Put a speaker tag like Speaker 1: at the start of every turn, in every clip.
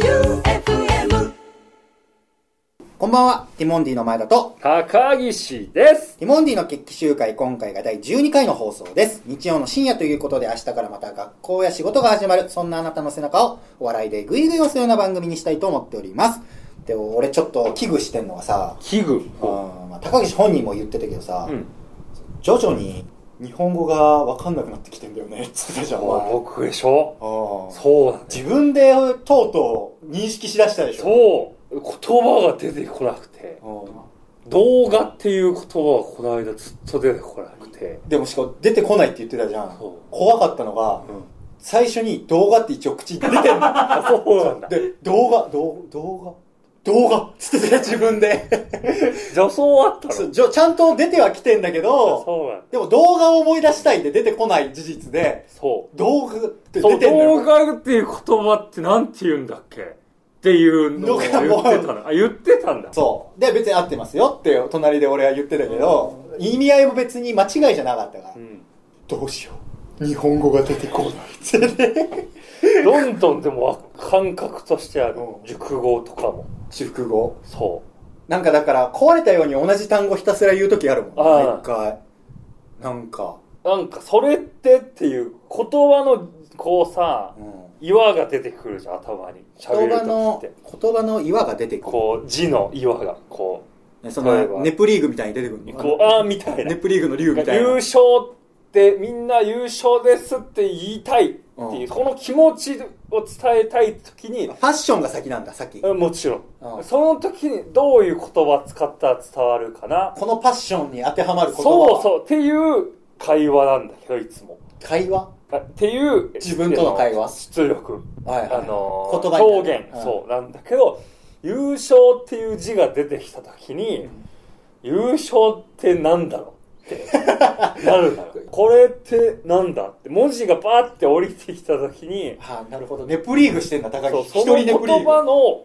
Speaker 1: J-O-E-U-F-M
Speaker 2: こんばんは、ティモンディの前田と、
Speaker 3: 高岸です
Speaker 2: ティモンディの決起集会、今回が第12回の放送です。日曜の深夜ということで、明日からまた学校や仕事が始まる、そんなあなたの背中をお笑いでグイグイ押すような番組にしたいと思っております。でも、俺ちょっと危惧してんのがさ、
Speaker 3: 器具
Speaker 2: あーまあ、高岸本人も言ってたけどさ、
Speaker 3: うん
Speaker 2: 徐々に日本語がわかんなくなってきてんだよね、つってたじゃん、お前。
Speaker 3: 僕でしょ
Speaker 2: あー
Speaker 3: そうだね
Speaker 2: 自分でとうとう認識しだしたでしょ。
Speaker 3: そう言葉が出てこなくて
Speaker 2: う
Speaker 3: 動画っていう言葉がこの間ずっと出てこなくて
Speaker 2: んでもしかも出てこないって言ってたじゃん
Speaker 3: そう。
Speaker 2: 怖かったのが、
Speaker 3: うん
Speaker 2: 最初に動画って一応口に出てんの。
Speaker 3: あ そうなんだ
Speaker 2: で、動画、動動画、動画っつってたよ自分で。
Speaker 3: 女装あったの
Speaker 2: そうじょちゃんと出ては来てんだけど、
Speaker 3: そうなんだ
Speaker 2: でも動画を思い出したいって出てこない事実で、
Speaker 3: そう
Speaker 2: 動画って
Speaker 3: そ
Speaker 2: 出
Speaker 3: う
Speaker 2: てんの
Speaker 3: 動
Speaker 2: よ。
Speaker 3: 画っていう言葉ってなんて言うんだっけっていうのを言ってたのあ言ってたんだ
Speaker 2: そう。で、別に合ってますよって隣で俺は言ってたけど、意味合いも別に間違いじゃなかったから。
Speaker 3: うん
Speaker 2: どうしよう。日本語が出てこないっつ って。
Speaker 3: どんどんでも感覚としてある
Speaker 2: うん
Speaker 3: 熟語とかも
Speaker 2: 熟語。
Speaker 3: そう
Speaker 2: なんかだから、壊れたように同じ単語ひたすら言うときあるもん。
Speaker 3: ああ
Speaker 2: 毎回。なんか。
Speaker 3: なんか、それってっていう言葉の、こうさ、
Speaker 2: うん
Speaker 3: 岩が出てくるじゃん、頭に。喋
Speaker 2: 言
Speaker 3: る
Speaker 2: 葉
Speaker 3: と
Speaker 2: の
Speaker 3: きって。、
Speaker 2: 言葉の岩が出てくる。
Speaker 3: こう、字の岩が、こ
Speaker 2: ねそ
Speaker 3: 例えば
Speaker 2: の、ネプリーグみたいに出てくる
Speaker 3: う、
Speaker 2: の。
Speaker 3: こう、あーみたいな
Speaker 2: ネ。プリーグの竜みたい
Speaker 3: 優
Speaker 2: な。
Speaker 3: 勝って、みんな優勝ですって言いたいっていうう、
Speaker 2: ん
Speaker 3: この気持ちを伝えたいときに
Speaker 2: フ、ァッションが先なんだ、先。
Speaker 3: うんもちろ
Speaker 2: うん
Speaker 3: ん。その時にどういう言葉使ったら伝わるかな。
Speaker 2: このパッションに当てはまる言葉
Speaker 3: そう
Speaker 2: う。
Speaker 3: そう、っていう会話なんだけど、いつも。
Speaker 2: 会話
Speaker 3: あっていう、
Speaker 2: 自分との会話
Speaker 3: 出力。
Speaker 2: はいはい。
Speaker 3: あのー
Speaker 2: 言葉になる
Speaker 3: 表現、
Speaker 2: うん
Speaker 3: そうなんだけど優勝っていう字が出てきた時に、優勝ってなんだろ うってなるのよこれってなんだって文字がバーって降りてきた時に
Speaker 2: はあ、なるほど。ネプリーグしてんだ、高
Speaker 3: そ
Speaker 2: 木。
Speaker 3: う
Speaker 2: 一
Speaker 3: そ
Speaker 2: 人
Speaker 3: の
Speaker 2: ネ
Speaker 3: 言
Speaker 2: プリーグ。
Speaker 3: 葉の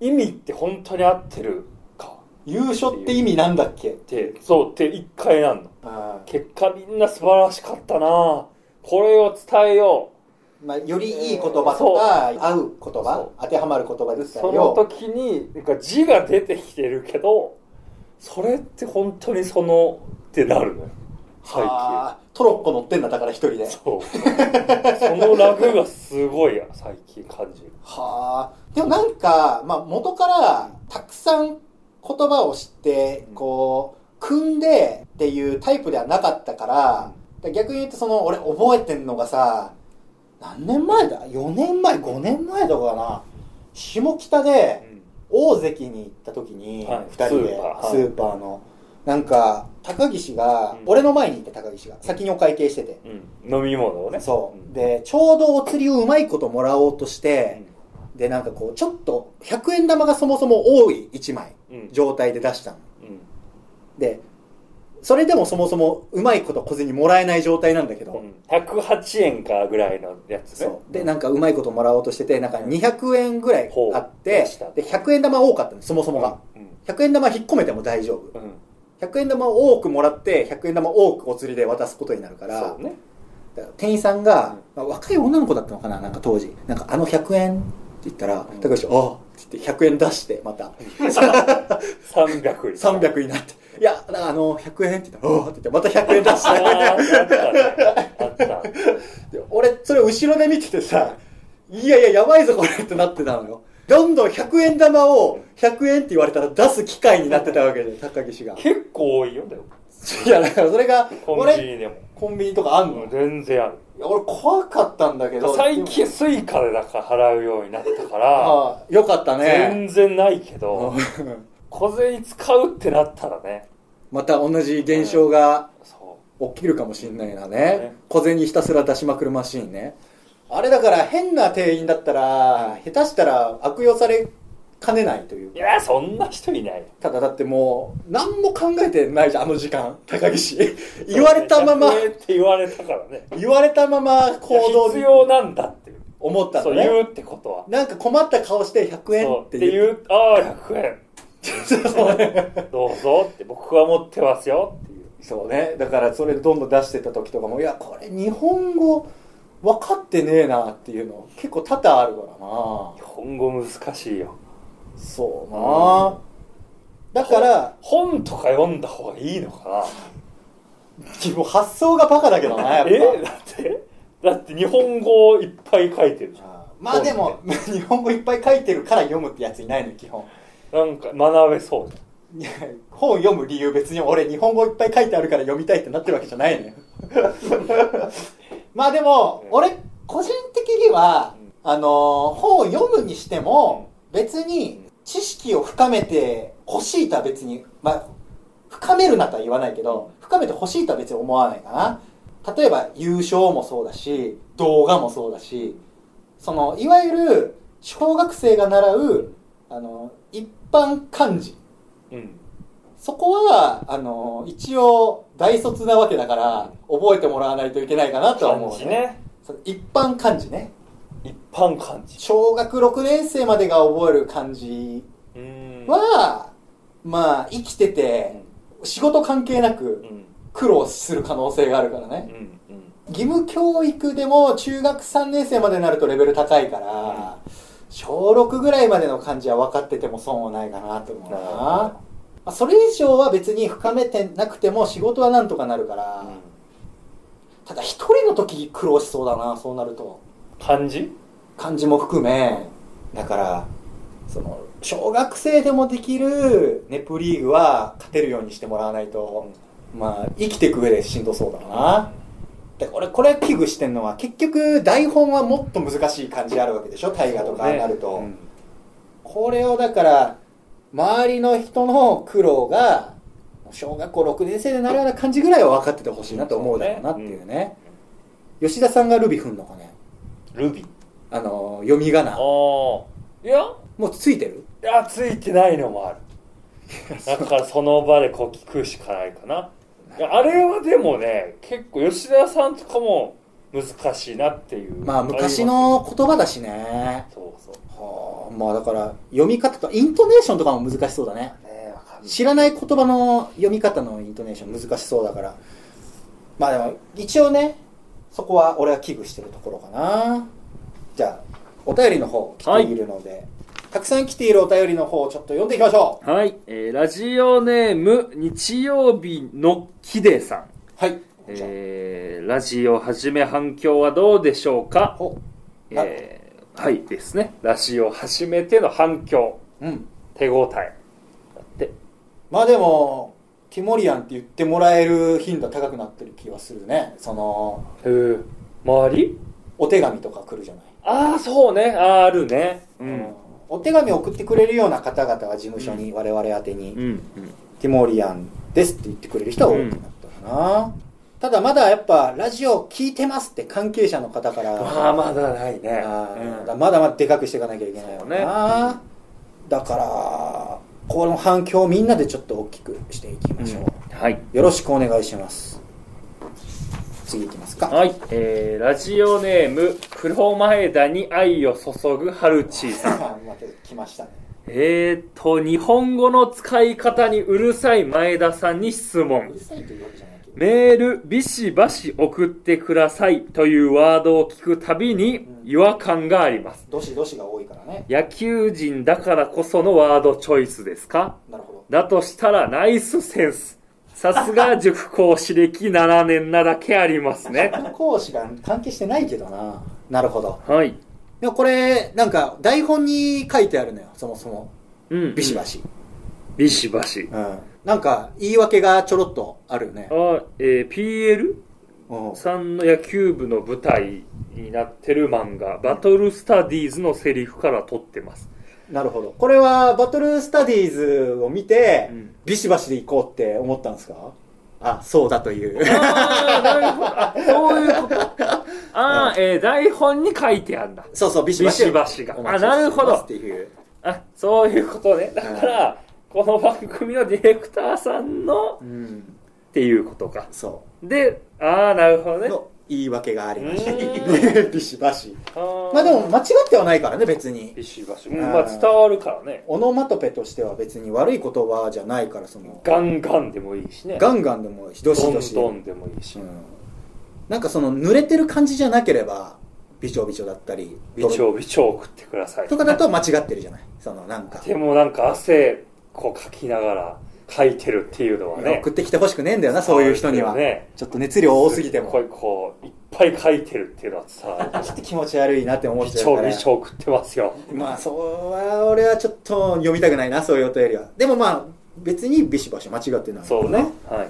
Speaker 3: 意味って本当に合ってるか
Speaker 2: 優勝って意味なんだっけ
Speaker 3: ってそうって一回なんの
Speaker 2: ああ
Speaker 3: 結果みんな素晴らしかったなこれを伝えよう
Speaker 2: まあ、よりいい言葉とか、合う言葉
Speaker 3: そ、
Speaker 2: 当てはまる言葉で伝え
Speaker 3: その
Speaker 2: よ
Speaker 3: 時になんか字が出てきてるけどそれって本当にそのってなるのよ
Speaker 2: う。
Speaker 3: 最近
Speaker 2: ああトロッコ乗ってんだ、だから一人で。
Speaker 3: そうそのラグがすごい最近感じる
Speaker 2: はあ。でもなんか、まあ、元からたくさん言葉を知って
Speaker 3: う、ん
Speaker 2: こう、組んでっていうタイプではなかったから、だから逆に言ってその、俺覚えてんのがさ、何年前だ ?4 年前 ?5 年前とかかな下北で大関に行った時に、
Speaker 3: はい
Speaker 2: 2人で
Speaker 3: スーパー
Speaker 2: スーパーの。なんか、高岸が
Speaker 3: うん、
Speaker 2: 俺の前にいて高岸が、先にお会計してて。
Speaker 3: うん、飲み物をね
Speaker 2: そう。
Speaker 3: ん
Speaker 2: で、ちょうどお釣りをうまいこともらおうとして、でなんかこうちょっと100円玉がそもそも多い1枚
Speaker 3: うん
Speaker 2: 状態で出したの
Speaker 3: うん
Speaker 2: でそれでもそもそもうまいこと小銭もらえない状態なんだけど、
Speaker 3: うん108円かぐらいのやつね
Speaker 2: そうでなんかうまいこともらおうとしててなんか200円ぐらいあって、
Speaker 3: ほう出した
Speaker 2: で100円玉多かったのそもそもが、
Speaker 3: うん
Speaker 2: 100円玉引っ込めても大丈夫
Speaker 3: うんうん
Speaker 2: 100円玉を多くもらって100円玉を多くお釣りで渡すことになるから
Speaker 3: そうね
Speaker 2: だから店員さんが、まあ若い女の子だったのかななんか当時なんかあの100円って言ったら
Speaker 3: ん
Speaker 2: 高橋ああって言って100円出してまた
Speaker 3: 300円
Speaker 2: 300になって。いや、だからあの、100円って言ったら、おーって言って、また100円出し
Speaker 3: あー
Speaker 2: た
Speaker 3: あったねあった
Speaker 2: で俺、それ後ろで見ててさ、いやいや、やばいぞこれってなってたのよ。どんどん100円玉を100円って言われたら出す機会になってたわけで、高岸が。
Speaker 3: 結構多いよでも
Speaker 2: いや、だからそれが、
Speaker 3: コンビ
Speaker 2: 俺、
Speaker 3: ニでも
Speaker 2: コンビニとかあんの
Speaker 3: う
Speaker 2: い
Speaker 3: ん全然ある
Speaker 2: や俺怖かったんだけど。
Speaker 3: 最
Speaker 2: で
Speaker 3: 近
Speaker 2: も。
Speaker 3: スイカでだから払うようになったから、
Speaker 2: ああ、よかったね。
Speaker 3: 全然ないけど、
Speaker 2: うん
Speaker 3: 小銭使うってなったらね、
Speaker 2: また同じ現象が
Speaker 3: そ
Speaker 2: 起きるかもしんないなね
Speaker 3: ね
Speaker 2: 小銭ひたすら出しまくるマシーンねあれだから変な店員だったら下手したら悪用されかねないという
Speaker 3: う。いや、そんな人いないよ。
Speaker 2: ただだってもう何も考えてないじゃんあの時間高岸言われたまま
Speaker 3: 100円って言われたからね。
Speaker 2: 言われたまま行動
Speaker 3: 必要なんだっていう。
Speaker 2: 思った
Speaker 3: そ
Speaker 2: の
Speaker 3: う、
Speaker 2: ね
Speaker 3: 言うってことは。
Speaker 2: なんか困った顔して100円
Speaker 3: そ
Speaker 2: っ
Speaker 3: う、
Speaker 2: て
Speaker 3: って
Speaker 2: 言う
Speaker 3: 言う、ああ、100円。
Speaker 2: そうね
Speaker 3: どうぞって、僕は持ってますよっていう。
Speaker 2: そうねだからそれどんどん出してた時とかもいやこれ日本語分かってねえなっていうの結構多々あるからな
Speaker 3: 日本語難しいよ
Speaker 2: そうなだから
Speaker 3: 本とか読んだ方がいいのか
Speaker 2: 自分発想がバカだけどなや っぱ
Speaker 3: なえだってだって日本語をいっぱい書いてるじゃん
Speaker 2: あーまあでも日本語いっぱい書いてるから読むってやついないのよ基本
Speaker 3: なんか学べそうじ
Speaker 2: いや本読む理由別に俺日本語いっぱい書いてあるから読みたいってなってるわけじゃ ないのよまあでも
Speaker 3: うん
Speaker 2: 俺個人的にはあのー本を読むにしても別に知識を深めて欲しいとは別にまあ深めるなとは言わないけど深めて欲しいとは別に思わないかな例えば優勝もそうだし動画もそうだしそのいわゆる小学生が習うあの一般漢字
Speaker 3: ゃんうん
Speaker 2: そこは、あの、一応、大卒なわけだから、覚えてもらわないといけないかなとは
Speaker 3: 漢
Speaker 2: 思う、
Speaker 3: 字。ね
Speaker 2: その一般漢字ね。
Speaker 3: 一般漢字
Speaker 2: 小学6年生までが覚える漢字
Speaker 3: うーん
Speaker 2: は、まあ、生きて
Speaker 3: う
Speaker 2: て
Speaker 3: ん、
Speaker 2: 仕事関係な
Speaker 3: う
Speaker 2: く
Speaker 3: ん
Speaker 2: 苦労する可能性があるから
Speaker 3: う
Speaker 2: ね。
Speaker 3: んうん
Speaker 2: 義務教育でも中学3年生までになるとレベル高いから、小6ぐらいまでの漢字は分かってても損はないかなと思うな。
Speaker 3: なるほど
Speaker 2: まあそれ以上は別に深めてなくても仕事はなんとかなるから、ただ一人の時苦労しそうだな、そうなると。
Speaker 3: 漢字
Speaker 2: 漢字も含め。だから、その、小学生でもできるネプリーグは勝てるようにしてもらわないと、まあ、生きていく上でしんどそうだな。で俺これ危惧してんのは結局台本はもっと難しい感じあるわけでしょ大河とかになると、
Speaker 3: そうね
Speaker 2: これをだから周りの人の苦労が小学校6年生でなるような感じぐらいは分かっててほしいなと思うだろうなっていうね吉田さんがルビ踏んのかね
Speaker 3: うんルビ
Speaker 2: あの読み仮
Speaker 3: あ
Speaker 2: 名
Speaker 3: あいや
Speaker 2: もうついてる
Speaker 3: いやついてないのもある だからその場でこう聞くしかないかないやあれはでもね結構吉田さんとかも難しいなっていう
Speaker 2: まあ昔の言葉だしね
Speaker 3: そうそう
Speaker 2: はあまあだから読み方とイントネーションとかも難しそうだね
Speaker 3: ねわかんない
Speaker 2: 知らない言葉の読み方のイントネーション難しそうだからまあでも一応ねそこは俺は危惧してるところかなじゃあお便りの方来ているので、たくさん来ているお便りの方をちょっと読んでいきましょう
Speaker 3: はい、えーラジオネーム日曜日のキデさん、
Speaker 2: はい、じゃ
Speaker 3: えーラジオ始め反響はどうでしょう
Speaker 2: あ
Speaker 3: か、
Speaker 2: ほな
Speaker 3: えーはいですねラジオ始めての反響
Speaker 2: うん
Speaker 3: 手応えだって
Speaker 2: まあでもティモリアンって言ってもらえる頻度は高くなってる気はするねその
Speaker 3: へー周り
Speaker 2: お手紙とか来るじゃない、
Speaker 3: ああそうねあーあるねうん
Speaker 2: お手紙送ってくれるような方々が事務所に我々宛てに
Speaker 3: うんうん
Speaker 2: ティモリアンですって言ってくれる人は多くなったかな、ただまだやっぱラジオ聞いてますって関係者の方から
Speaker 3: まあまだないね
Speaker 2: あー
Speaker 3: うん
Speaker 2: まだまだでかくしていかなきゃいけないわな、だからこの反響をみんなでちょっと大きくしていきましょう、
Speaker 3: はい
Speaker 2: よろしくお願いします次いきます か
Speaker 3: はい、えーラジオネーム黒前田に愛を注ぐハルチーさん
Speaker 2: あまた来ましたね
Speaker 3: えーっと、日本語の使い方にうるさい前田さんに質
Speaker 2: う
Speaker 3: 問
Speaker 2: る。さいというわけじゃないけど
Speaker 3: メール、ビシバシ送ってくださいというワードを聞くたびに違和感があります。
Speaker 2: どしどしが多いからね
Speaker 3: 野球人だからこそのワードチョイスですか
Speaker 2: なるほ
Speaker 3: だとしたらナイスセンス。さすが塾講師歴7年なだけあります ね。
Speaker 2: ど講師が関係してないけどななるほど
Speaker 3: はい。
Speaker 2: でもこれなんか台本に書いてあるのよそもそも
Speaker 3: うん。
Speaker 2: ビシバ
Speaker 3: シ。
Speaker 2: シ、
Speaker 3: ビシバシ。
Speaker 2: うん、なんか言い訳がちょろっとあるよね
Speaker 3: あ、、えー PL?
Speaker 2: うん
Speaker 3: さんの野球部の舞台になってる漫画「バトルスタディーズ」のセリフから取ってます
Speaker 2: なるほどこれはバトルスタディーズを見て、
Speaker 3: うん
Speaker 2: ビシバシで行こうって思ったんですかあそうだという
Speaker 3: ああなるほどあそういうことああ、えー台本に書いてあるんだ
Speaker 2: そうそうビシバシ
Speaker 3: ビシバシが
Speaker 2: お待ちしております
Speaker 3: あなるほど
Speaker 2: っていう
Speaker 3: あそういうことねだからこの番組のディレクターさんの
Speaker 2: うん
Speaker 3: っていうことか
Speaker 2: そ
Speaker 3: でああなるほど
Speaker 2: う
Speaker 3: ね
Speaker 2: の言い訳がありまし
Speaker 3: う
Speaker 2: た ビシバシ
Speaker 3: あ
Speaker 2: まあでも間違ってはないからね別に
Speaker 3: ビシバシ、うんまあ、伝わるからね
Speaker 2: オノマトペとしては別に悪い言葉じゃないからその
Speaker 3: ガンガンでもいいしね
Speaker 2: ガンガンでもいいしどし
Speaker 3: ド
Speaker 2: ど
Speaker 3: ン
Speaker 2: し
Speaker 3: ドンでもいいし、
Speaker 2: うんなんかその濡れてる感じじゃなければびちょびちょだったり
Speaker 3: びち
Speaker 2: 泥
Speaker 3: ょびちょ送ってください
Speaker 2: とかだと間違ってるじゃないそのなんか、
Speaker 3: でもなんか汗こうかきながら書いてるっていうのはね
Speaker 2: 送ってきてほしくねえんだよなそういう人には、
Speaker 3: そうですよね
Speaker 2: ちょっと熱量多すぎても
Speaker 3: こうこういっぱい書いてるっていうのは さ
Speaker 2: ちょっと気持ち悪いなって思っ
Speaker 3: び
Speaker 2: ちゃう
Speaker 3: ち
Speaker 2: か
Speaker 3: ょ
Speaker 2: ら
Speaker 3: びちょ送ってますよ
Speaker 2: まあそうは俺はちょっと読みたくないなそういうお便りはでもまあ別にビシバシ間違ってない
Speaker 3: そうねはい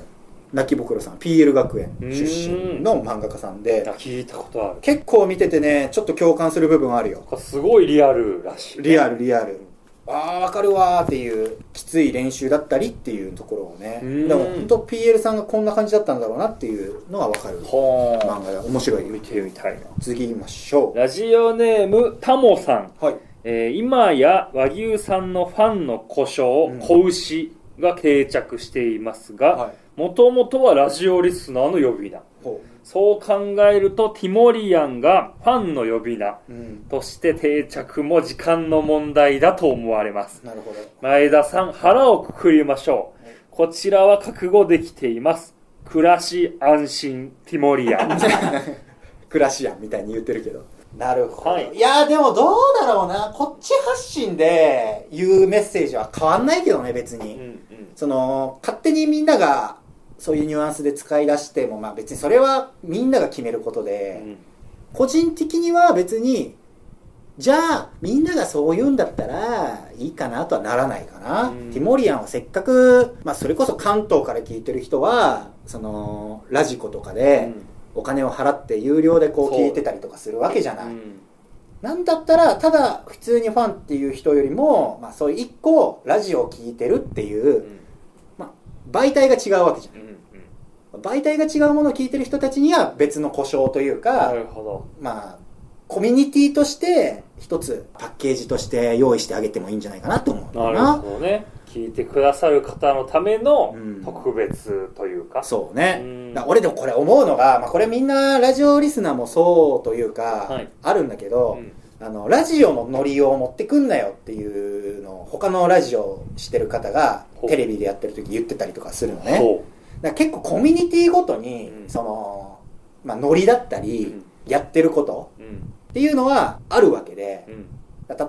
Speaker 2: 泣きぼくろさん PL 学園
Speaker 3: う
Speaker 2: 出
Speaker 3: ん
Speaker 2: 身の漫画家さんで
Speaker 3: あ聞いたことある
Speaker 2: 結構見ててねちょっと共感する部分あるよ
Speaker 3: これすごいリアルらしいね、
Speaker 2: リアルリアルああわかるわーっていうきつい練習だったりっていうところをね
Speaker 3: うん
Speaker 2: でも本当 PL さんがこんな感じだったんだろうなっていうのがわかる
Speaker 3: ほー
Speaker 2: 漫画が面白い
Speaker 3: 見てみたいな
Speaker 2: 次行きましょ
Speaker 3: ラジオネームタモさん、
Speaker 2: うはい
Speaker 3: えー今や和牛さんのファンの故障、
Speaker 2: うん
Speaker 3: 子牛が定着しています
Speaker 2: は
Speaker 3: が
Speaker 2: い
Speaker 3: もともとはラジオリスナーの呼び名
Speaker 2: ほ
Speaker 3: そう考えるとティモリアンがファンの呼び名
Speaker 2: ううん
Speaker 3: として定着も時間の問題だと思われます
Speaker 2: なるほど
Speaker 3: 前田さん腹をくくりましょうこちらは覚悟できています暮らし安心ティモリア ン
Speaker 2: 暮らしやんみたいに言ってるけどなるほど、
Speaker 3: はい
Speaker 2: い、やーでもどうだろうなこっち発信で言うメッセージは変わんないけどね別
Speaker 3: う
Speaker 2: に、
Speaker 3: ん
Speaker 2: その勝手にみんながそういうニュアンスで使い出してもまあ別にそれはみんなが決めること
Speaker 3: う
Speaker 2: で、
Speaker 3: ん
Speaker 2: 個人的には別にじゃあみんながそう言うんだったらいいかなとはならないかな、
Speaker 3: うん
Speaker 2: ティモリアンはせっかく、まあ、それこそ関東から聞いてる人はそのラジコとか
Speaker 3: う
Speaker 2: で、
Speaker 3: ん
Speaker 2: お金を払って有料でこう
Speaker 3: そう
Speaker 2: 聞いてたりとかするわけじゃない、
Speaker 3: うん
Speaker 2: なんだったらただ普通にファンっていう人よりも、まあ、そういう一個ラジオを聞いてるっていううん媒体が違うわけじゃ
Speaker 3: うんうん
Speaker 2: ん媒体が違うものを聞いてる人たちには別の故障という
Speaker 3: な
Speaker 2: か、
Speaker 3: るほど
Speaker 2: まあコミュニティとして一つパッケージとして用意してあげてもいいんじゃないかなと思う
Speaker 3: なるほどね聞いてくださる方のための
Speaker 2: うん
Speaker 3: 特別というか、
Speaker 2: そう
Speaker 3: う
Speaker 2: ね
Speaker 3: ん
Speaker 2: だから俺でもこれ思うのが、まあ、これみんなラジオリスナーもそうというか、
Speaker 3: はい
Speaker 2: あるんだけど、
Speaker 3: うん
Speaker 2: あの、ラジオのノリを持ってくんなよっていうのを、他のラジオしてる方が
Speaker 3: ほう、
Speaker 2: テレビでやってる時言ってたりとかするのね。
Speaker 3: そ
Speaker 2: だから結構コミュニティごとに、
Speaker 3: うん
Speaker 2: その、まあ、ノリだったり、
Speaker 3: うん
Speaker 2: やってること
Speaker 3: ううん
Speaker 2: っていうのはあるわけで、
Speaker 3: うん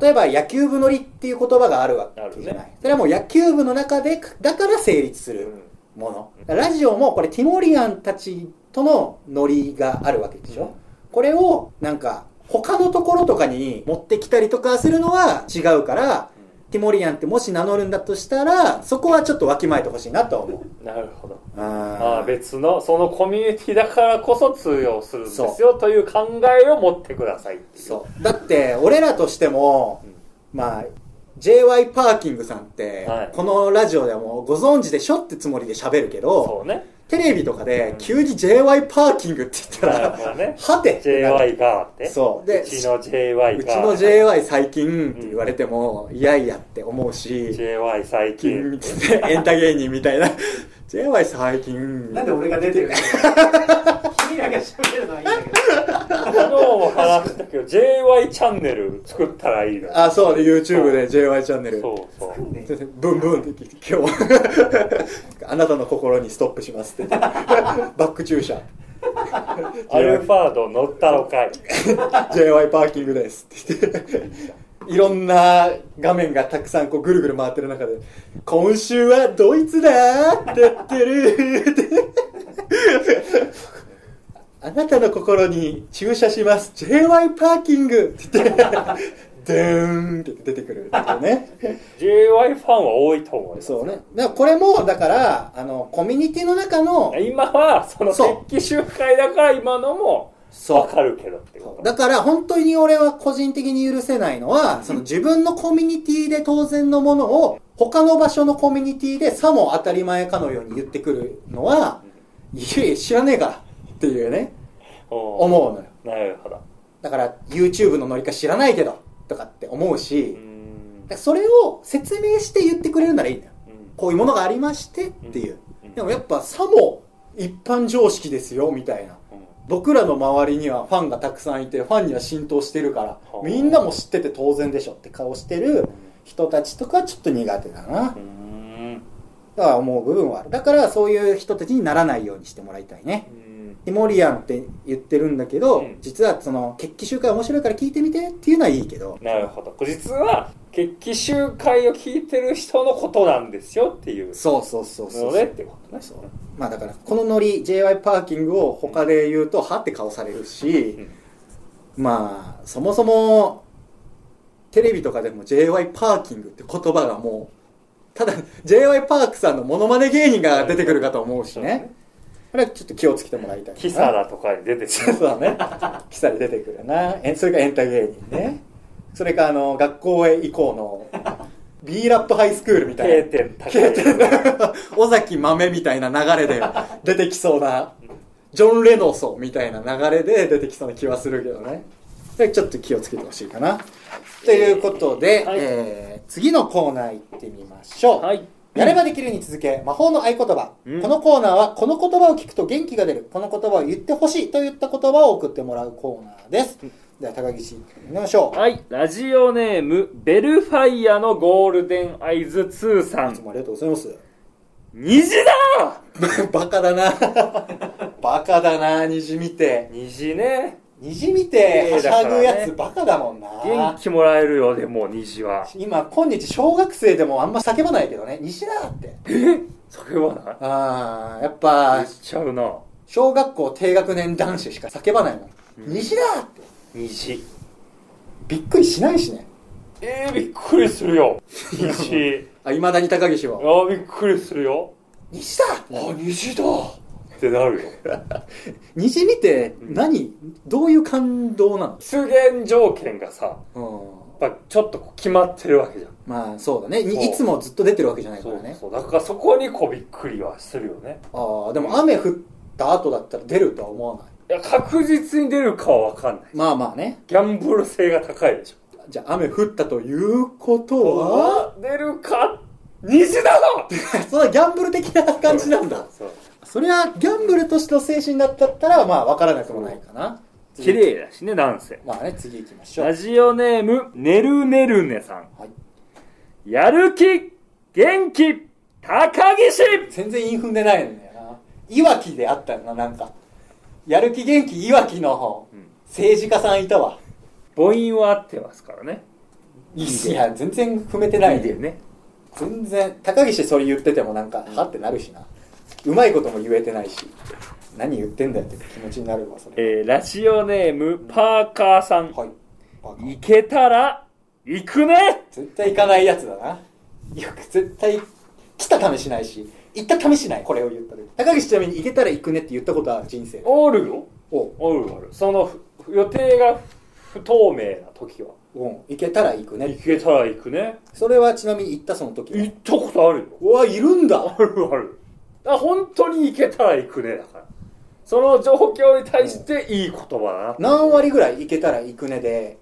Speaker 2: 例えば野球部ノリっていう言葉があるわけじゃな
Speaker 3: あ
Speaker 2: い。それはもう野球部の中で、だから成立す
Speaker 3: う
Speaker 2: る
Speaker 3: ん
Speaker 2: もの。だからラジオもこれティモリアンたちとのノリがあるわけでしょ、これをなんか他のところとかに持ってきたりとかするのは違うから、ティモリアンってもし名乗るんだとしたら、そこはちょっとわきまえてほしいなとは思う。
Speaker 3: なるほどあ
Speaker 2: あ
Speaker 3: あ別のそのコミュニティだからこそ通用するんですよという考えを持ってくださいっていう
Speaker 2: そう。だって、俺らとしても、まあ、JY パーキングさんって、
Speaker 3: はい
Speaker 2: このラジオではもうご存知でしょってつもりで喋るけど、
Speaker 3: そうね
Speaker 2: テレビとかで急に JY パーキングって言った
Speaker 3: な
Speaker 2: ら、
Speaker 3: るほどね
Speaker 2: はてってなる
Speaker 3: JY があって
Speaker 2: そうで
Speaker 3: うちの JY
Speaker 2: うち
Speaker 3: が
Speaker 2: の JY 最近って言われても、いやいやって思うし、
Speaker 3: JY 最
Speaker 2: 金っ
Speaker 3: 近
Speaker 2: つってエンタ芸人みたいな、JY 最近。
Speaker 4: なんで俺が出てるの君らが喋るのはいいんだけど
Speaker 3: 昨日も話したけど JY チャンネル作ったらいいの
Speaker 2: あ、そうね、YouTube で JY チャンネル。
Speaker 3: そうそう
Speaker 4: なんで
Speaker 2: ブンブンって今日、あなたの心にストップしますって。バック駐車。
Speaker 3: アルファード乗ったのかい
Speaker 2: JY パーキングですって言って。いろんな画面がたくさんこうぐるぐる回ってる中で、今週はドイツだーってやってるーって。あなたの心に駐車します JY パーキングって言って、でーんって出てくるっていうね。
Speaker 3: JY ファンは多いと思います
Speaker 2: そうね。だからこれも、だから、あの、コミュニティの中の、
Speaker 3: 今はその
Speaker 2: そう
Speaker 3: 決起集会だから今のも
Speaker 2: そう
Speaker 3: 分かるけどってこ
Speaker 2: そう
Speaker 3: と
Speaker 2: だから本当に俺は個人的に許せないのは、その自分のコミュニティで当然のものを、他の場所のコミュニティでさも当たり前かのように言ってくるのは、いえいえ知らねえからっていうね、
Speaker 3: おう
Speaker 2: 思うのよ。
Speaker 3: なるほど
Speaker 2: だから YouTube のノリか知らないけど、とかって思う
Speaker 3: う
Speaker 2: し、
Speaker 3: ん
Speaker 2: だからそれを説明して言ってくれるならいいんだよ。
Speaker 3: うん
Speaker 2: こういうものがありましてっていう
Speaker 3: うん。
Speaker 2: でもやっぱさも一般常識ですよ、みたいな。
Speaker 3: うん
Speaker 2: 僕らの周りにはファンがたくさんいてファンには浸透してるから
Speaker 3: あ
Speaker 2: みんなも知ってて当然でしょって顔してる人たちとかちょっと苦手だな
Speaker 3: うーん
Speaker 2: とは思う部分はあるだからそういう人たちにならないようにしてもらいたいね
Speaker 3: うん
Speaker 2: ティモリアンって言ってるんだけど、
Speaker 3: うん
Speaker 2: 実はその決起集会面白いから聞いてみてっていうのはいいけど
Speaker 3: なるほどこれ実は決起集会を聞いてる人のことなんですよっていう
Speaker 2: そうそうそうそう
Speaker 3: のでってことね
Speaker 2: そうまあだからこのノリ j y パーキングを他で言うとはって顔されるし、まあそもそもテレビとかでも j y パーキングって言葉がもうただ j y パークさんのモノマネ芸人が出てくるかと思うし
Speaker 3: そう
Speaker 2: ねこれはちょっと気をつけてもらいたいな
Speaker 3: キサラとかに出てく
Speaker 2: そうだね。キサで出てくるな。えそれかエンタ芸人ね。それか、あの、学校へ行こうの、B ラップハイスクールみた
Speaker 3: る
Speaker 2: いな。
Speaker 3: 定点高い
Speaker 2: 尾崎豆みたいな流れで出てきそうな、ジョン・レノソみたいな流れで出てきそうな気はするけどね。でちょっと気をつけてほしいかな。ということで、
Speaker 3: はい
Speaker 2: えー次のコーナー行ってみましょう。
Speaker 3: はい
Speaker 2: やればできるに続け、魔法の合言葉。
Speaker 3: うん
Speaker 2: このコーナーは、この言葉を聞くと元気が出る。この言葉を言ってほしいといった言葉を送ってもらうコーナーです。では、高岸、行ってみましょう。
Speaker 3: はいラジオネームベルファイアのゴールデンアイズ2さ
Speaker 2: いつ
Speaker 3: ん
Speaker 2: もありがとうございます。
Speaker 3: 虹だ
Speaker 2: バカだな。 バカだな、虹見て。
Speaker 3: 虹ね
Speaker 2: 虹見て、は
Speaker 3: ええ
Speaker 2: しゃぐ
Speaker 3: だから
Speaker 2: や
Speaker 3: ね
Speaker 2: つバカだもんな。
Speaker 3: 元気もらえるよでも虹は
Speaker 2: 今、今日、小学生でもあんま叫ばないけどね、虹だって。
Speaker 3: 叫ばない
Speaker 2: ああ、やっぱ
Speaker 3: 言っ、ちゃうな
Speaker 2: 小学校低学年男子しか叫ばないもん。虹だって。
Speaker 3: 虹
Speaker 2: びっくりしないしね。
Speaker 3: えー、びっくりする よ虹
Speaker 2: あ、いまだに高岸
Speaker 3: あ
Speaker 2: は。
Speaker 3: ーびっくりするよ
Speaker 2: 西だあ、西だ
Speaker 3: ってなるよ
Speaker 2: 西見て何、どういう感動な
Speaker 3: 出現条件がさ
Speaker 2: の
Speaker 3: やっぱちょっとこう決まってるわけじゃん
Speaker 2: うん。まあ、そうだね。
Speaker 3: そう
Speaker 2: にいつもずっと出てるわけじゃないか
Speaker 3: そ
Speaker 2: ら
Speaker 3: う
Speaker 2: ね。
Speaker 3: そうだからそこにこうびっくりはするよね
Speaker 2: ああ、でも雨降った後だったら出るとは思わない。
Speaker 3: いや確実に出るかは分かんない
Speaker 2: まあまあね。
Speaker 3: ギャンブル性が高いでしょ
Speaker 2: じゃあ、雨降ったということは、
Speaker 3: 出るか虹だろ
Speaker 2: そんなギャンブル的な感じなんだ。
Speaker 3: そう
Speaker 2: そりゃ、ギャンブルとしての精神だったったら、まあ、わからなくもないかな。
Speaker 3: 綺麗だしねなんせ
Speaker 2: まあね、次行きましょ
Speaker 3: ラ
Speaker 2: う。
Speaker 3: ジオネームねるねるねさん、
Speaker 2: はい
Speaker 3: やる気元気高岸
Speaker 2: 全然韻踏んでないんだよな。いわきであったよな、なんか。やる気元気いわきの方
Speaker 3: ん
Speaker 2: 政治家さんいたわ。
Speaker 3: 母音は合ってますからね
Speaker 2: い
Speaker 3: いね
Speaker 2: や、全然踏めてない
Speaker 3: いでね
Speaker 2: 全然、高岸それ言っててもなんか、はってなるしな。うまいことも言えてないし。何言ってんだよって気持ちになるわ、それ。
Speaker 3: えーラジオネームパーカーさん、
Speaker 2: はい。バカ
Speaker 3: 行けたら行くね
Speaker 2: 絶対行かないやつだな。よく絶対、来たためしないし、行ったためしない、これを言った時。高岸ちなみに行けたら行くねって言ったことは人生。
Speaker 3: おるよ
Speaker 2: お
Speaker 3: おるおるそのふ予定が不透明な時は
Speaker 2: うん、行けたら行くね
Speaker 3: 行。けたら行くね
Speaker 2: それはちなみに行ったその時は
Speaker 3: 行ったことあるよ
Speaker 2: うわ、いるんだ
Speaker 3: あるあるあ本当に行けたら行くねだからその状況に対していい言葉だな
Speaker 2: 何割ぐらい行けたら行くねで、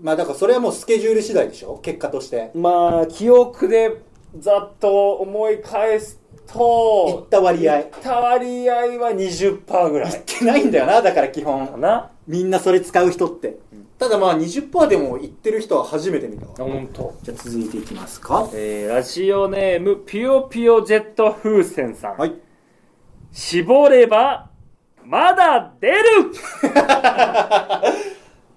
Speaker 2: まあだからそれはもうスケジュール次第でしょ結果として。
Speaker 3: まあ記憶でざっと思い返す
Speaker 2: 行
Speaker 3: と
Speaker 2: った割合。行
Speaker 3: 行った割合は20%ぐら
Speaker 2: っ
Speaker 3: い
Speaker 2: てないんだよな、だから基
Speaker 3: か
Speaker 2: 本。
Speaker 3: な
Speaker 2: みんなそれ使う人って。ただまあ20%でも行ってる人は初めて見たわ。
Speaker 3: あ本当。
Speaker 2: じゃあ続いていきますか。
Speaker 3: えーラジオネームピヨピヨジェット風船さん、
Speaker 2: はい。
Speaker 3: 絞ればまだ出る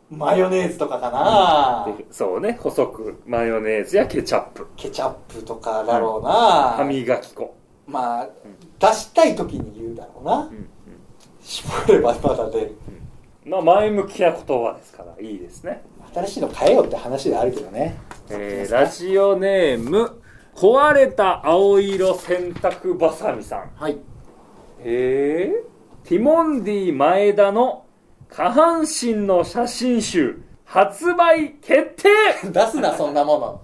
Speaker 2: マヨネーズとかかな
Speaker 3: そうね細くマヨネーズやケチャップ
Speaker 2: ケチャップとかだろう
Speaker 3: 歯
Speaker 2: な
Speaker 3: 磨き粉
Speaker 2: まあ、出したい時に言うだろうな。絞ればまだ出る。
Speaker 3: まあ前向きな言葉ですからいいですね、
Speaker 2: 新しいの変えようって話であるけどね。
Speaker 3: えーラジオネーム壊れた青色洗濯バサミさん
Speaker 2: はい。
Speaker 3: へえティモンディ前田の下半身の写真集発売決定
Speaker 2: 出すなそんなも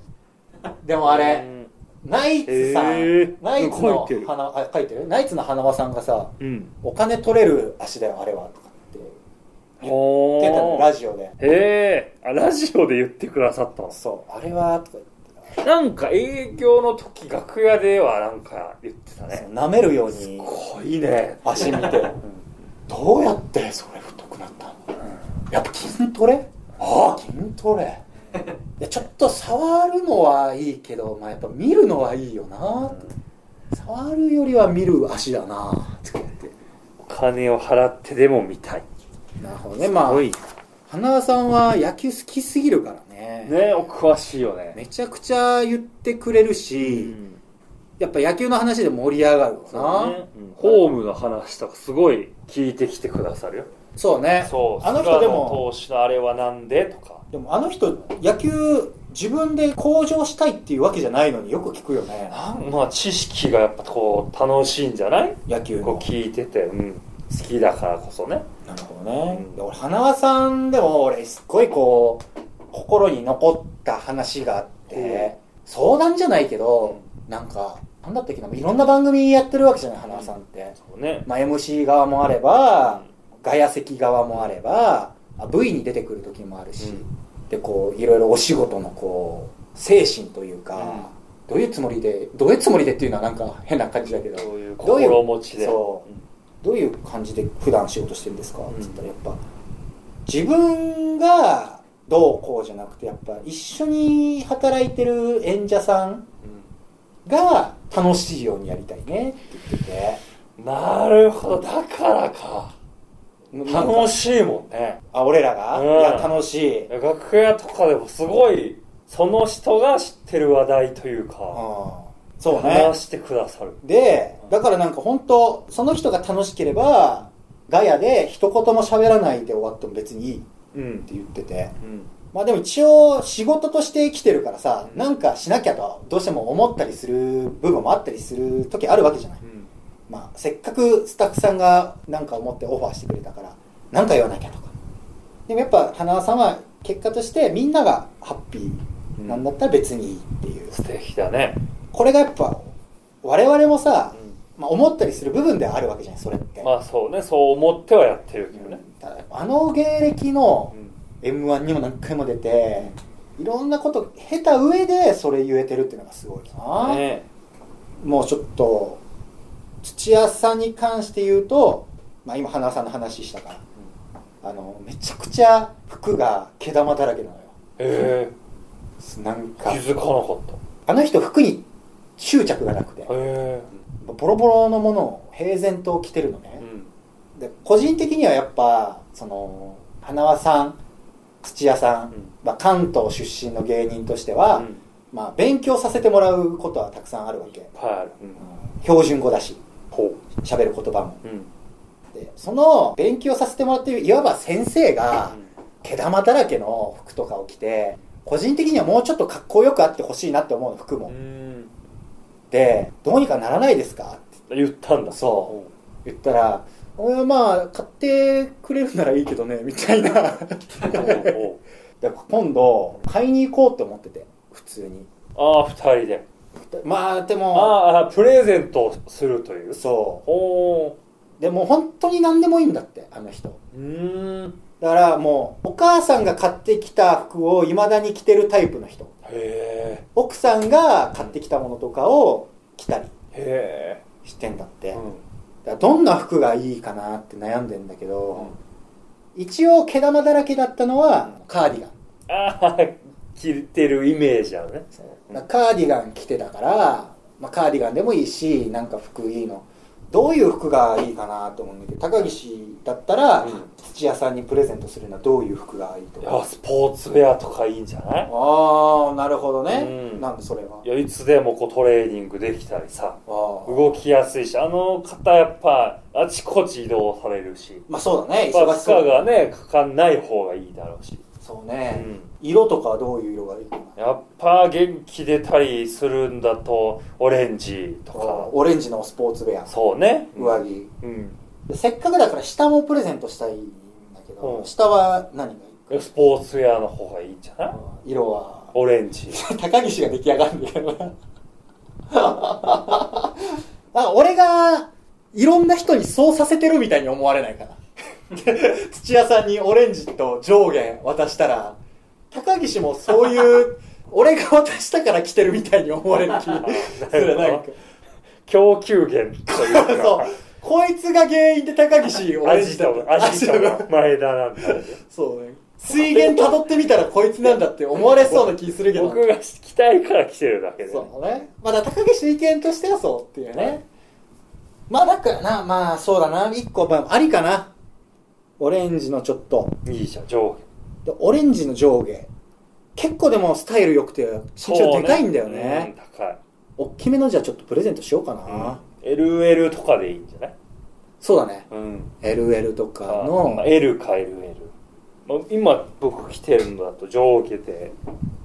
Speaker 2: のでもあ
Speaker 3: う
Speaker 2: れ
Speaker 3: ん
Speaker 2: ナイツさん、
Speaker 3: えー
Speaker 2: ナイツの
Speaker 3: 書いてる
Speaker 2: 花あ書いてるナイツの花輪さんがさ
Speaker 3: うん
Speaker 2: 「お金取れる足だよあれは」とかって
Speaker 3: お
Speaker 2: 言ってたのラ
Speaker 3: ー
Speaker 2: ジオで
Speaker 3: へえあラジオで言ってくださったんです
Speaker 2: そうあれはとか
Speaker 3: なんか営業の時楽屋ではなんか言ってた
Speaker 2: 言って
Speaker 3: ね
Speaker 2: なめるように
Speaker 3: 濃いね
Speaker 2: 足見て、どうやってそれ太くなったの、やっぱ筋トレああ筋ト レいやちょっと触るのはいいけど、まあ、やっぱ見るのはいいよな、触るよりは見る足だなって言って
Speaker 3: 金を払ってでも見たい
Speaker 2: なるほどねまあ
Speaker 3: おい
Speaker 2: 花輪さんは野球好きすぎるからね
Speaker 3: ねお詳しいよね
Speaker 2: めちゃくちゃ言ってくれるし、
Speaker 3: うん
Speaker 2: やっぱ野球の話で盛り上がる
Speaker 3: そう
Speaker 2: わな
Speaker 3: ねうんホームの話とかすごい聞いてきてくださるよ
Speaker 2: そうね
Speaker 3: そう
Speaker 2: あの人でも
Speaker 3: 投手のあれはなんでとか
Speaker 2: でもあの人野球自分で向上したいっていうわけじゃないのによく聞くよね
Speaker 3: なんまあ知識がやっぱこう楽しいんじゃない
Speaker 2: 野球
Speaker 3: こ
Speaker 2: の
Speaker 3: う聞いてて、うん、好きだからこそね
Speaker 2: なるほどね、
Speaker 3: うん
Speaker 2: で俺花輪さんでも俺すっごいこう心に残った話があって、
Speaker 3: うん
Speaker 2: 相談じゃないけどなんかなんだったっけないろんな番組やってるわけじゃない花輪さんって、
Speaker 3: そうね
Speaker 2: まあ、MC 側もあればガヤ席側もあればあ V に出てくる時もあるし、でこういろいろお仕事のこう精神というか、どういうつもりでどういうつもりでっていうのはなんか変な感じだけど
Speaker 3: そういう心持ちで
Speaker 2: どうどういう感じで普段仕事してるんですかっ
Speaker 3: ん
Speaker 2: つったらやっぱ自分がどうこうじゃなくてやっぱ一緒に働いてる演者さんが楽しいようにやりたいねって言ってて
Speaker 3: うんなるほどだからか
Speaker 2: なんか
Speaker 3: 楽しいもんね
Speaker 2: あ俺らが、
Speaker 3: うん
Speaker 2: いや楽しい、うん、
Speaker 3: 楽屋とかでもすごいその人が知ってる話題というか、
Speaker 2: そうね
Speaker 3: 話してくださる
Speaker 2: でだからなんか本当その人が楽しければガヤで一言も喋らないで終わっても別にいいっ
Speaker 3: うん
Speaker 2: て言ってて
Speaker 3: うん
Speaker 2: まあでも一応仕事として生きてるからさ、
Speaker 3: うん
Speaker 2: なんかしなきゃとどうしても思ったりする部分もあったりする時あるわけじゃない、
Speaker 3: うん
Speaker 2: まあ、せっかくスタッフさんがなんか思ってオファーしてくれたからなんか言わなきゃとかでもやっぱ花輪さんは結果としてみんながハッピーなんだったら別にいいっていう、
Speaker 3: 素敵だね、
Speaker 2: これがやっぱ我々もさ、まあ、思ったりする部分ではあるわけじゃないそれって、
Speaker 3: まあそうねそう思ってはやってるけどね、
Speaker 2: ただあの芸歴の
Speaker 3: うん
Speaker 2: m 1にも何回も出ていろんなこと経た上でそれ言えてるっていうのがすごいな、
Speaker 3: ね
Speaker 2: もうちょっと土屋さんに関して言うと、まあ、今花さんの話したから、あのめちゃくちゃ服が毛玉だらけなのよ
Speaker 3: え
Speaker 2: なん
Speaker 3: え気
Speaker 2: か
Speaker 3: づかなかっ
Speaker 2: あの人服に執着がなくて
Speaker 3: たへ
Speaker 2: ボロボロのものを平然と着てるのね、
Speaker 3: えうん
Speaker 2: で個人的にはやっぱその花輪さん土屋さん、
Speaker 3: うん
Speaker 2: まあ、関東出身の芸人としては、
Speaker 3: うんいっ
Speaker 2: まあ、勉強させてもらうことはたくさんあるわけ、
Speaker 3: ぱいある、うん
Speaker 2: うん標準語だし
Speaker 3: ほ
Speaker 2: 喋る言葉も
Speaker 3: う、うん
Speaker 2: でその勉強させてもらってるいわば先生が
Speaker 3: う
Speaker 2: 毛玉だらけの服とかを着て個人的にはもうちょっとかっこよくあってほしいなって思うの服も、
Speaker 3: ん
Speaker 2: でどうにかならないですかって
Speaker 3: 言ったんだ
Speaker 2: そう言ったら「俺はまあ買ってくれるならいいけどね」みたいな
Speaker 3: ほうほ
Speaker 2: で今度買いに行こうって思ってて普通に
Speaker 3: うああ二人で
Speaker 2: まあで
Speaker 3: あ
Speaker 2: も
Speaker 3: あああプレゼントをするという
Speaker 2: そ
Speaker 3: ほ
Speaker 2: うでも本当に何でもいいんだってあの人
Speaker 3: ううーん
Speaker 2: だからもうお母さんが買ってきた服をいまだに着てるタイプの人
Speaker 3: へ
Speaker 2: 奥さんが買ってきたものとかを着たり
Speaker 3: えへ
Speaker 2: してんだって、
Speaker 3: え、
Speaker 2: だか
Speaker 3: ん、
Speaker 2: らどんな服がいいかなって悩んでんだけど、一応毛玉だらけだったのはカーディガン
Speaker 3: ああ着てるイメージあるね
Speaker 2: そうだからカーディガン着てたから、まあ、カーディガンでもいいしなんか服いいのどういう服がいいかなと思うんだけど高岸だったら、
Speaker 3: うん
Speaker 2: 土屋さんにプレゼントするのはどういう服がいいと
Speaker 3: い
Speaker 2: か
Speaker 3: やスポーツウェアとかいいんじゃない
Speaker 2: ああなるほどね、
Speaker 3: うん
Speaker 2: なんでそれはい
Speaker 3: やいつでもこうトレーニングできたりさ
Speaker 2: あー
Speaker 3: 動きやすいしあの方やっぱあちこち移動されるし
Speaker 2: まあそうだね
Speaker 3: まあ
Speaker 2: 忙し
Speaker 3: 負
Speaker 2: そう
Speaker 3: 荷がねかかんない方がいいだろうし、
Speaker 2: そう
Speaker 3: う
Speaker 2: ね、
Speaker 3: ん、
Speaker 2: 色とかはどういう色がいいかな
Speaker 3: やっぱ元気出たりするんだとオレンジと
Speaker 2: あ
Speaker 3: か
Speaker 2: オレンジのスポーツウェア
Speaker 3: そうね
Speaker 2: 上着、
Speaker 3: うん
Speaker 2: でせっかくだから下もプレゼントしたいんだけど、
Speaker 3: うん
Speaker 2: 下は何がいい
Speaker 3: スポーツウェアの方がいいんじゃない
Speaker 2: か色は
Speaker 3: オレンジ
Speaker 2: 高岸が出来上がるんだけどなあ俺がいろんな人にそうさせてるみたいに思われないかな 土屋さんにオレンジと上下渡したら高岸もそういう俺が渡したから来てるみたいに思われる気するなんか
Speaker 3: 供給源というか
Speaker 2: そうこいつが原因で高岸オレン
Speaker 3: 味
Speaker 2: ジだ
Speaker 3: と味と前田なんだよね
Speaker 2: そうね水源辿ってみたらこいつなんだって思われそうな気するけど
Speaker 3: 僕が着たいから着てるだけで
Speaker 2: そうね。まあだから高岸の意見としてはそうっていうね。まあだからな、まあそうだな、一個、まあ、ありかな。オレンジのちょっと。
Speaker 3: いいじゃん上
Speaker 2: でオレンジの上下。結構でもスタイル良くて、
Speaker 3: 下
Speaker 2: 身長でかいんだよね。
Speaker 3: そううん
Speaker 2: おっきめのじゃあちょっとプレゼントしようかな。
Speaker 3: 高い、うん、LL とかでいいんじゃない
Speaker 2: そうだね。
Speaker 3: うん
Speaker 2: LL とか
Speaker 3: ま
Speaker 2: の
Speaker 3: あ、L か LL、まあ、今僕着てるのだと上下で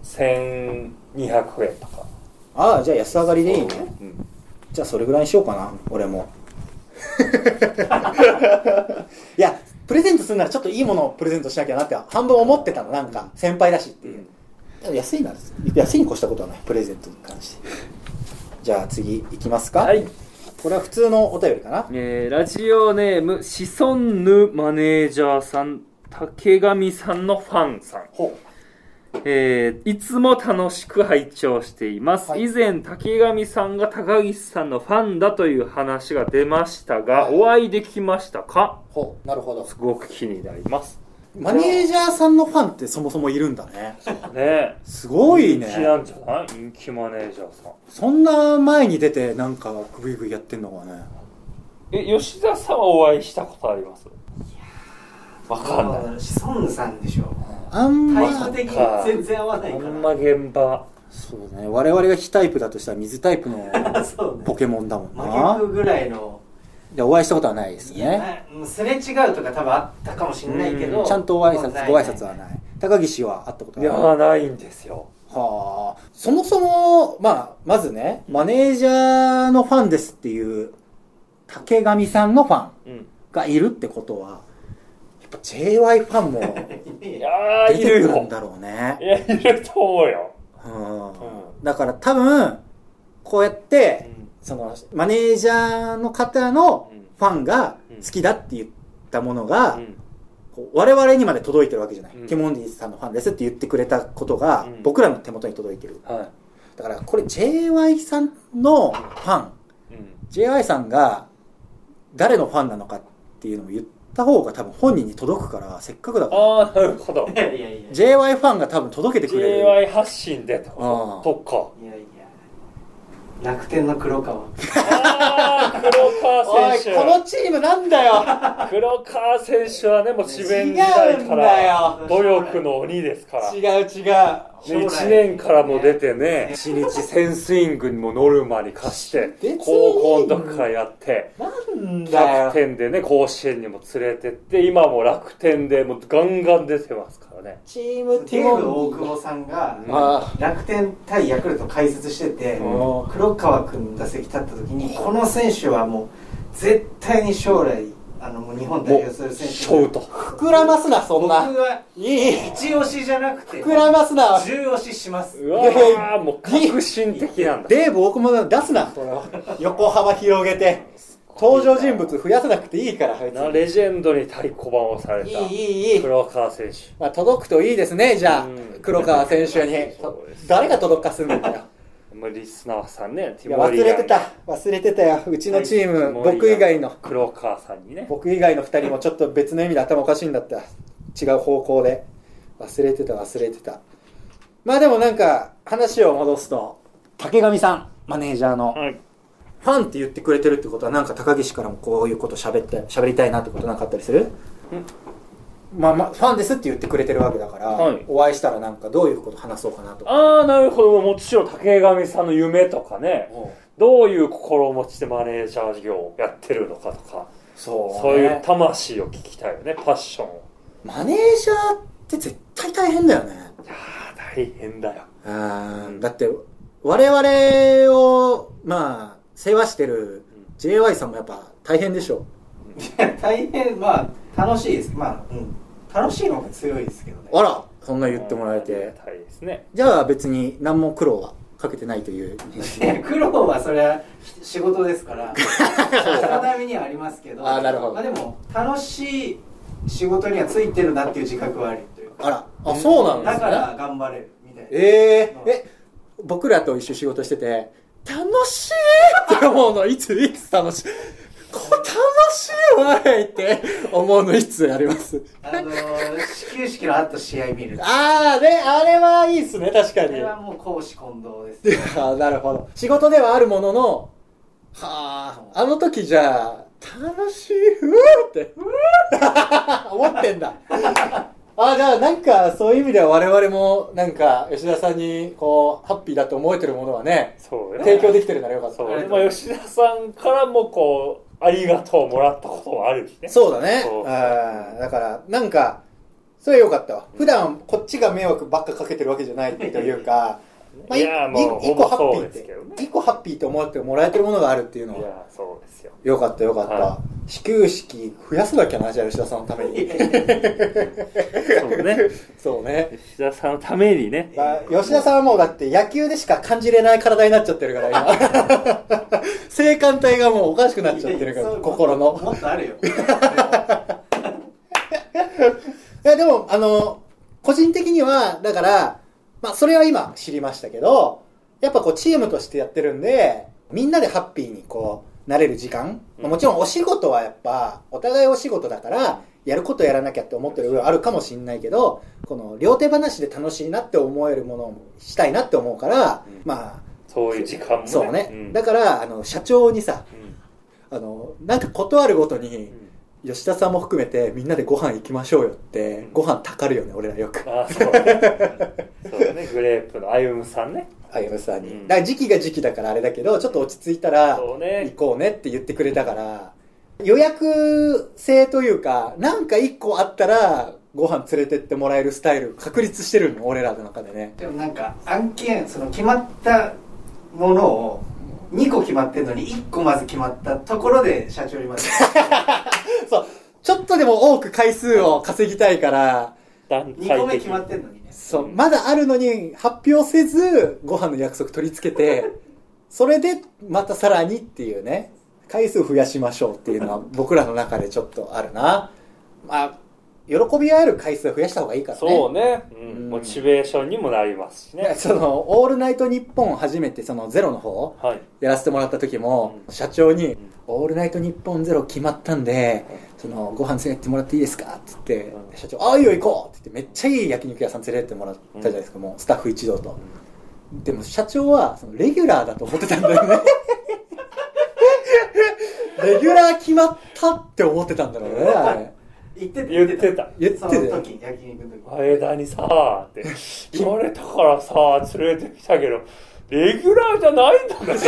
Speaker 3: 1200円とか
Speaker 2: ああ、じゃあ安上がりでいいね。
Speaker 3: うん
Speaker 2: じゃあそれぐらいにしようかな、俺 も。いや、プレゼントするならちょっといいものをプレゼントしなきゃなって半分思ってたの、なんか、先輩だしっていう。でも安いな、安いに越したことはない、プレゼントに関して。じゃあ次いきますか。
Speaker 5: はい。
Speaker 2: これは普通のお便りかな。
Speaker 5: えーラジオネーム、シソンヌマネージャーさん、竹上さんのファンさん。
Speaker 2: ほ
Speaker 5: えーいつも楽しく拝聴しています、
Speaker 2: はい
Speaker 5: 以前竹上さんが高岸さんのファンだという話が出ましたが、
Speaker 2: はい
Speaker 5: お会いできましたか
Speaker 2: う。ほう。なるほど
Speaker 5: す。ごく気になります
Speaker 2: マネージャーさんのファンってそもそもいるんだね。
Speaker 3: ね
Speaker 2: すごい
Speaker 3: 人気な
Speaker 2: ね。
Speaker 3: んじゃない人気マネージャーさん
Speaker 2: そんな前に出てなんかグイグイやってんのかね。
Speaker 3: え吉田さんはお会いしたことありますわかんない
Speaker 4: いシソンヌさんでしょ
Speaker 2: あんま
Speaker 4: タイプ的に全然合わない
Speaker 3: あ
Speaker 4: か
Speaker 3: んま
Speaker 4: ら
Speaker 3: 現場
Speaker 2: そうね。我々が非タイプだとしたら水タイプの
Speaker 4: そうね
Speaker 2: ポケモンだもん
Speaker 4: 真
Speaker 2: な。
Speaker 4: 逆ぐらいの
Speaker 2: で、お会いしたことはないです
Speaker 4: いや
Speaker 2: ね。
Speaker 4: なもうすれ違うとか多分あったかもしれないけど
Speaker 2: ちゃんとご挨拶、
Speaker 4: ない
Speaker 2: ご挨拶はない。高岸は会ったこと
Speaker 3: い
Speaker 2: は
Speaker 3: や
Speaker 2: ない。
Speaker 3: ーないんですよ
Speaker 2: はあ。そもそも、まあ、まずね、マネージャーのファンですっていう、竹上さんのファン
Speaker 3: うん
Speaker 2: がいるってことは、やっぱ JY ファンも
Speaker 3: いやー
Speaker 2: 出
Speaker 3: い
Speaker 2: てく
Speaker 3: る
Speaker 2: る
Speaker 3: よ
Speaker 2: んだろうね
Speaker 3: い。やいると思うよ、
Speaker 2: う。
Speaker 3: うん
Speaker 2: だから多分、こうやって、そのマネージャーの方のファンが好きだって言ったものが、
Speaker 3: うん
Speaker 2: こう我々にまで届いてるわけじゃない、
Speaker 3: うん
Speaker 2: ティモンディさんのファンですって言ってくれたことが、
Speaker 3: うん
Speaker 2: 僕らの手元に届いてる
Speaker 3: は
Speaker 2: だからこれ JY さんのファン
Speaker 3: い、うん、
Speaker 2: JY さんが誰のファンなのかっていうのも言った方が多分本人に届くからせっかくだから
Speaker 3: ああなるほど
Speaker 4: いやいやいや
Speaker 2: JY ファンが多分届けてくれる
Speaker 3: JY 発信でって
Speaker 2: ああ
Speaker 3: ことと
Speaker 4: いやいや楽天の黒
Speaker 3: か
Speaker 4: 川
Speaker 3: ああ黒川
Speaker 2: おい
Speaker 3: 選手
Speaker 2: このチームなんだよ
Speaker 3: 黒川選手はねもう智弁時代か
Speaker 2: 違
Speaker 3: ら
Speaker 4: うんだ
Speaker 3: 努
Speaker 4: よ
Speaker 3: 力の鬼ですから、
Speaker 2: 違
Speaker 3: ね、
Speaker 2: う違う
Speaker 4: 将来
Speaker 3: 1年からも出てね1日1000スイングにもノルマに課して
Speaker 2: 別に
Speaker 3: 高校の時からやって
Speaker 2: なん
Speaker 3: キャプテンでね甲子園にも連れてって今も楽天でもうガンガン出てますからね
Speaker 2: チーム
Speaker 4: テ
Speaker 2: ティ
Speaker 4: ーブ大
Speaker 2: モン
Speaker 4: 久保さんが
Speaker 3: う
Speaker 2: ディあ
Speaker 4: 楽天対ヤクルト解説してて
Speaker 2: うん
Speaker 4: 黒川君の打席立った時にこの選手はもう絶対に将来あのもう日本代表する選手
Speaker 3: ショウト
Speaker 2: あ膨らますなそん
Speaker 4: 僕
Speaker 2: な
Speaker 4: はい
Speaker 2: い
Speaker 4: 一押しじゃなくて
Speaker 2: 膨らますな
Speaker 4: 重押しします
Speaker 3: うわーもう革新的なんだ
Speaker 2: デーブ大久保出すなこれを横幅広げて登場人物増やさなくていいからあいつ
Speaker 3: なレジェンドに太鼓判をされた
Speaker 2: いいいいいい、
Speaker 3: 黒川選手
Speaker 2: まあ、届くといいですねじゃあ
Speaker 3: うん
Speaker 2: 黒川選手に
Speaker 3: そうです
Speaker 2: 誰が届かすんだよ
Speaker 3: まあリスナーさんね
Speaker 2: いや忘れてた忘れてたようちのチー
Speaker 3: ティ
Speaker 2: ム
Speaker 3: モリアン
Speaker 2: 僕以外の
Speaker 3: 黒川さんにね
Speaker 2: 僕以外の2人もちょっと別の意味で頭おかしいんだった違う方向で忘れてた忘れてたまあでもなんか話を戻すと竹上さんマネージャーの
Speaker 3: はい
Speaker 2: ファンって言ってくれてるってことはなんか高岸からもこういうこと喋って喋りたいなってことなかったりするまあまあファンですって言ってくれてるわけだから、
Speaker 3: はい
Speaker 2: お会いしたらなんかどういうこと話そうかなとか
Speaker 3: ああなるほどもちろん竹上さんの夢とかねどういう心持ちでマネージャー業をやってるのかとか
Speaker 2: そうね、
Speaker 3: そういう魂を聞きたいよねパッションを
Speaker 2: マネージャーって絶対大変だよね
Speaker 3: いやー大変だよ
Speaker 2: あー
Speaker 3: うん
Speaker 2: だって我々をまあ世話してる JY さんもやっぱ大変でしょ
Speaker 4: 大変まあ楽しいですまあうん楽しいのが強いですけどね
Speaker 2: あらそんな言ってもらえ
Speaker 3: あり
Speaker 2: て
Speaker 3: がたいですね
Speaker 2: じゃあ別に何も苦労はかけてないという
Speaker 4: いや苦労はそれは仕事ですか ら人並みにはありますけど
Speaker 2: あーなるほど
Speaker 4: まあ、でも楽しい仕事にはついてるなっていう自覚はあるというか
Speaker 2: あらあそうなんです
Speaker 4: だ
Speaker 2: ね
Speaker 4: から頑張れるみたいな
Speaker 2: えー、
Speaker 4: うん
Speaker 2: え、僕らと一緒に仕事してて、楽しいって思うの、いつ、いつ楽しい。こう楽しいわいって思うの、いつやります。
Speaker 4: あのー始球式の後試合見る
Speaker 2: あーね、あれはいいっすね、確か
Speaker 4: あ
Speaker 2: に
Speaker 4: れ。はもう公私混同です
Speaker 2: あーなるほど。仕事ではあるものの、はああの時じゃあ楽しいうわーってうわー思ってんだあじゃあなんかそういう意味では我々もなんか吉田さんにこうハッピーだと思えてるものはね
Speaker 3: そうよ
Speaker 2: 提供できてるならよかった
Speaker 3: そう
Speaker 2: そう
Speaker 3: まあ吉田さんからもこうありがとうもらったこともあるしね
Speaker 2: だね
Speaker 3: そう
Speaker 2: あーだからなんかそれはよかったわ普段こっちが迷惑ばっかかけてるわけじゃないという かまあ、
Speaker 3: いやーもう
Speaker 2: い一個
Speaker 3: ほぼ
Speaker 2: ハッピ
Speaker 3: そう
Speaker 2: ーっ
Speaker 3: ですけ
Speaker 2: て
Speaker 3: どね
Speaker 2: 一個ハッピーと思ってもらえてるものがあるっていうの
Speaker 3: い
Speaker 2: は
Speaker 3: やそうですよ
Speaker 2: よかったよかった、
Speaker 3: は
Speaker 2: 始球式増やすだけなじゃあ吉田さんのために
Speaker 5: そうね。
Speaker 2: そうね
Speaker 5: 吉田さんのためにね。
Speaker 2: だ吉田さんはもうだって野球でしか感じれない体になっちゃってるから 今性感帯がもうおかしくなっちゃってるから
Speaker 4: そう
Speaker 2: 心の
Speaker 4: もっとあ るよ
Speaker 2: いやでもあの個人的にはだからまあそれは今知りましたけどやっぱこうチームとしてやってるんでみんなでハッピーにこうなれる時間、まあもちろんお仕事はやっぱお互いお仕事だからやることやらなきゃって思ってる部分あるかもしんないけどこの両手話で楽しいなって思えるものをしたいなって思うから、
Speaker 3: うん
Speaker 2: ま
Speaker 3: そういう時間も
Speaker 2: あ
Speaker 3: ね
Speaker 2: そうね、
Speaker 3: ん
Speaker 2: だからあの社長にさ
Speaker 3: うん
Speaker 2: あのなんか断るごとに、
Speaker 3: うん
Speaker 2: 吉田さんも含めてみんなでご飯行きましょうよって、
Speaker 3: うん
Speaker 2: ご飯たかるよね俺らよく
Speaker 3: あそうねそうねグレープの歩夢さんね
Speaker 2: あゆむさんに、
Speaker 3: うん
Speaker 2: だから時期が時期だからあれだけどちょっと落ち着いたら
Speaker 3: そう
Speaker 2: 行
Speaker 3: ね
Speaker 2: こうねって言ってくれたから予約制というかなんか一個あったらご飯連れてってもらえるスタイル確立してるの俺らの中でね
Speaker 4: でもなんか案件その決まったものを2個決まってんのに1個まず決まったところで社長にまで
Speaker 2: そうちょっとでも多く回数を稼ぎたいから
Speaker 3: 段
Speaker 4: 2個
Speaker 3: 階
Speaker 4: 目
Speaker 3: 的
Speaker 4: 決まってんのにね
Speaker 2: そうまだあるのに発表せずご飯の約束取り付けてそれでまたさらにっていうね回数増やしましょうっていうのは僕らの中でちょっとあるなまあ喜び合える回数増やした方がいいからね
Speaker 3: そうね、うん
Speaker 2: うん
Speaker 3: モチベーションにもなりますしね
Speaker 2: ねその「オールナイトニッポン」初めてその「ゼロの方
Speaker 3: はい
Speaker 2: やらせてもらった時も、
Speaker 3: うん
Speaker 2: 社長に、
Speaker 3: ん
Speaker 2: オールナイトニッポンゼロ決まったんで、そのご飯連れてってもらっていいですか?」って言って、
Speaker 3: うん
Speaker 2: 社長「ああいいよ行こう!」って言ってめっちゃいい焼肉屋さん連れてってもらったじゃないですか、もうスタッフ一同と、でも社長はそのレギュラーだと思ってたんだ よねレギュラー決まったって思ってたんだろうねあれ
Speaker 4: 言ってた
Speaker 3: 言ってた
Speaker 2: 言ってた
Speaker 4: その時焼肉の時
Speaker 3: 前田にさーって言われたからさー連れてきたけどレギュラーじゃないんだ から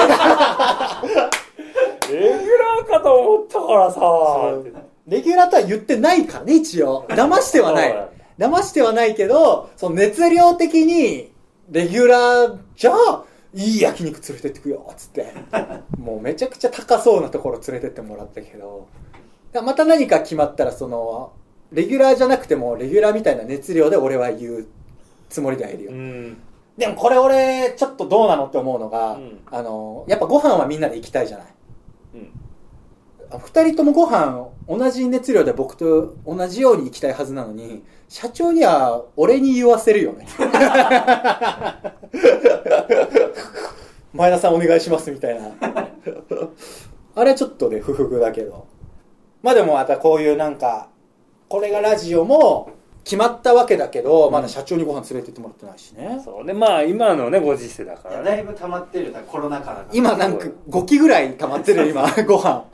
Speaker 3: レギュラーかと思ったからさーって
Speaker 2: レギュラーとは言ってないからね一 応騙してはな
Speaker 3: そうない
Speaker 2: 騙してはないけどその熱量的にレギュラーじゃあいい焼肉連れてってくよっつって もうめちゃくちゃ高そうなところ連れてってもらったけどだからまた何か決まったらそのレギュラーじゃなくてもレギュラーみたいな熱量で俺は言うつもりではいるよ、
Speaker 3: うん
Speaker 2: でもこれ俺ちょっとどうなのって思うのが、
Speaker 3: うん
Speaker 2: あのやっぱご飯はみんなで行きたいじゃない
Speaker 3: うん
Speaker 2: 2人ともご飯同じ熱量で僕と同じように行きたいはずなのに社長には俺に言わせるよね前田さんお願いしますみたいなあれはちょっとね不服だけどまあでもまたこういうなんかこれがラジオも決まったわけだけど、まだ社長にご飯連れてってもらってないしね
Speaker 5: そうね。まあ、今のね、ご時世だか
Speaker 4: いや
Speaker 5: ら
Speaker 4: だ
Speaker 5: ね。
Speaker 4: いぶ溜まってるよだからコロナ禍だから
Speaker 2: 今なんか5機ぐらい溜まってる今ご飯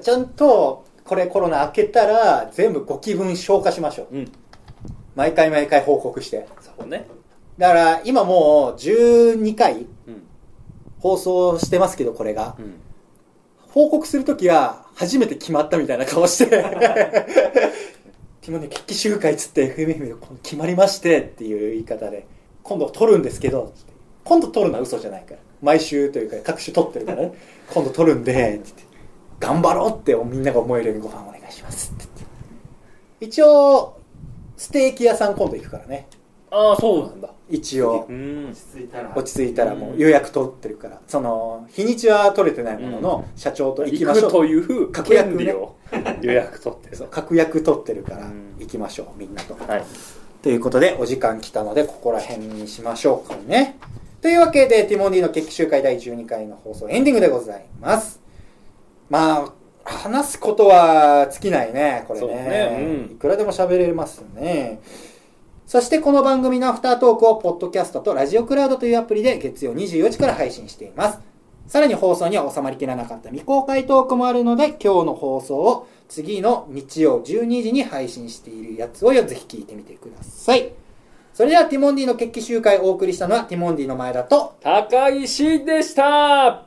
Speaker 2: ちゃんとこれコロナ明けたら全部5機分消化しましょう
Speaker 5: うん。
Speaker 2: 毎回毎回報告して
Speaker 5: そうね。
Speaker 2: だから今もう12回
Speaker 5: うん。
Speaker 2: 放送してますけどこれが
Speaker 5: うん。
Speaker 2: 報告するときは初めて決まったみたいな顔 して今ね決起集会っつって FMF で決まりましてっていう言い方で今度撮るんですけどって今度撮るのは嘘じゃないから毎週というか各種撮ってるからね 今度撮るんでって言って頑張ろうってみんなが思えるようにご飯お願いしますって言って一応ステーキ屋さん今度行くからね
Speaker 5: ああ、そうなんだ。
Speaker 2: 一応
Speaker 5: うん
Speaker 4: 落。ち着いたら
Speaker 2: 落ち着いたらもう予約取ってるからその日にちは取れてないものの社長と行き
Speaker 5: 行
Speaker 2: まし
Speaker 5: く
Speaker 2: ょう
Speaker 5: という
Speaker 2: 確約
Speaker 5: 権
Speaker 2: ね
Speaker 5: 利 を予約取って
Speaker 2: そう確約取ってるから
Speaker 5: うん
Speaker 2: 行きましょうみんなと。
Speaker 5: はい。
Speaker 2: ということでお時間来たのでここら辺にしましょうかね。というわけでティモンディの決起集会第12回の放送エンディングでございます。まあ話すことは尽きないねこれね
Speaker 5: そうねうん
Speaker 2: いくらでも喋れますね。そしてこの番組のアフタートークをポッドキャストとラジオクラウドというアプリで月曜24時から配信しています。さらに放送には収まりきらなかった未公開トークもあるので、今日の放送を次の日曜12時に配信しているやつをぜひ聞いてみてください。それではティモンディの決起集会をお送りしたのはティモンディの前田と、
Speaker 3: 高岸でした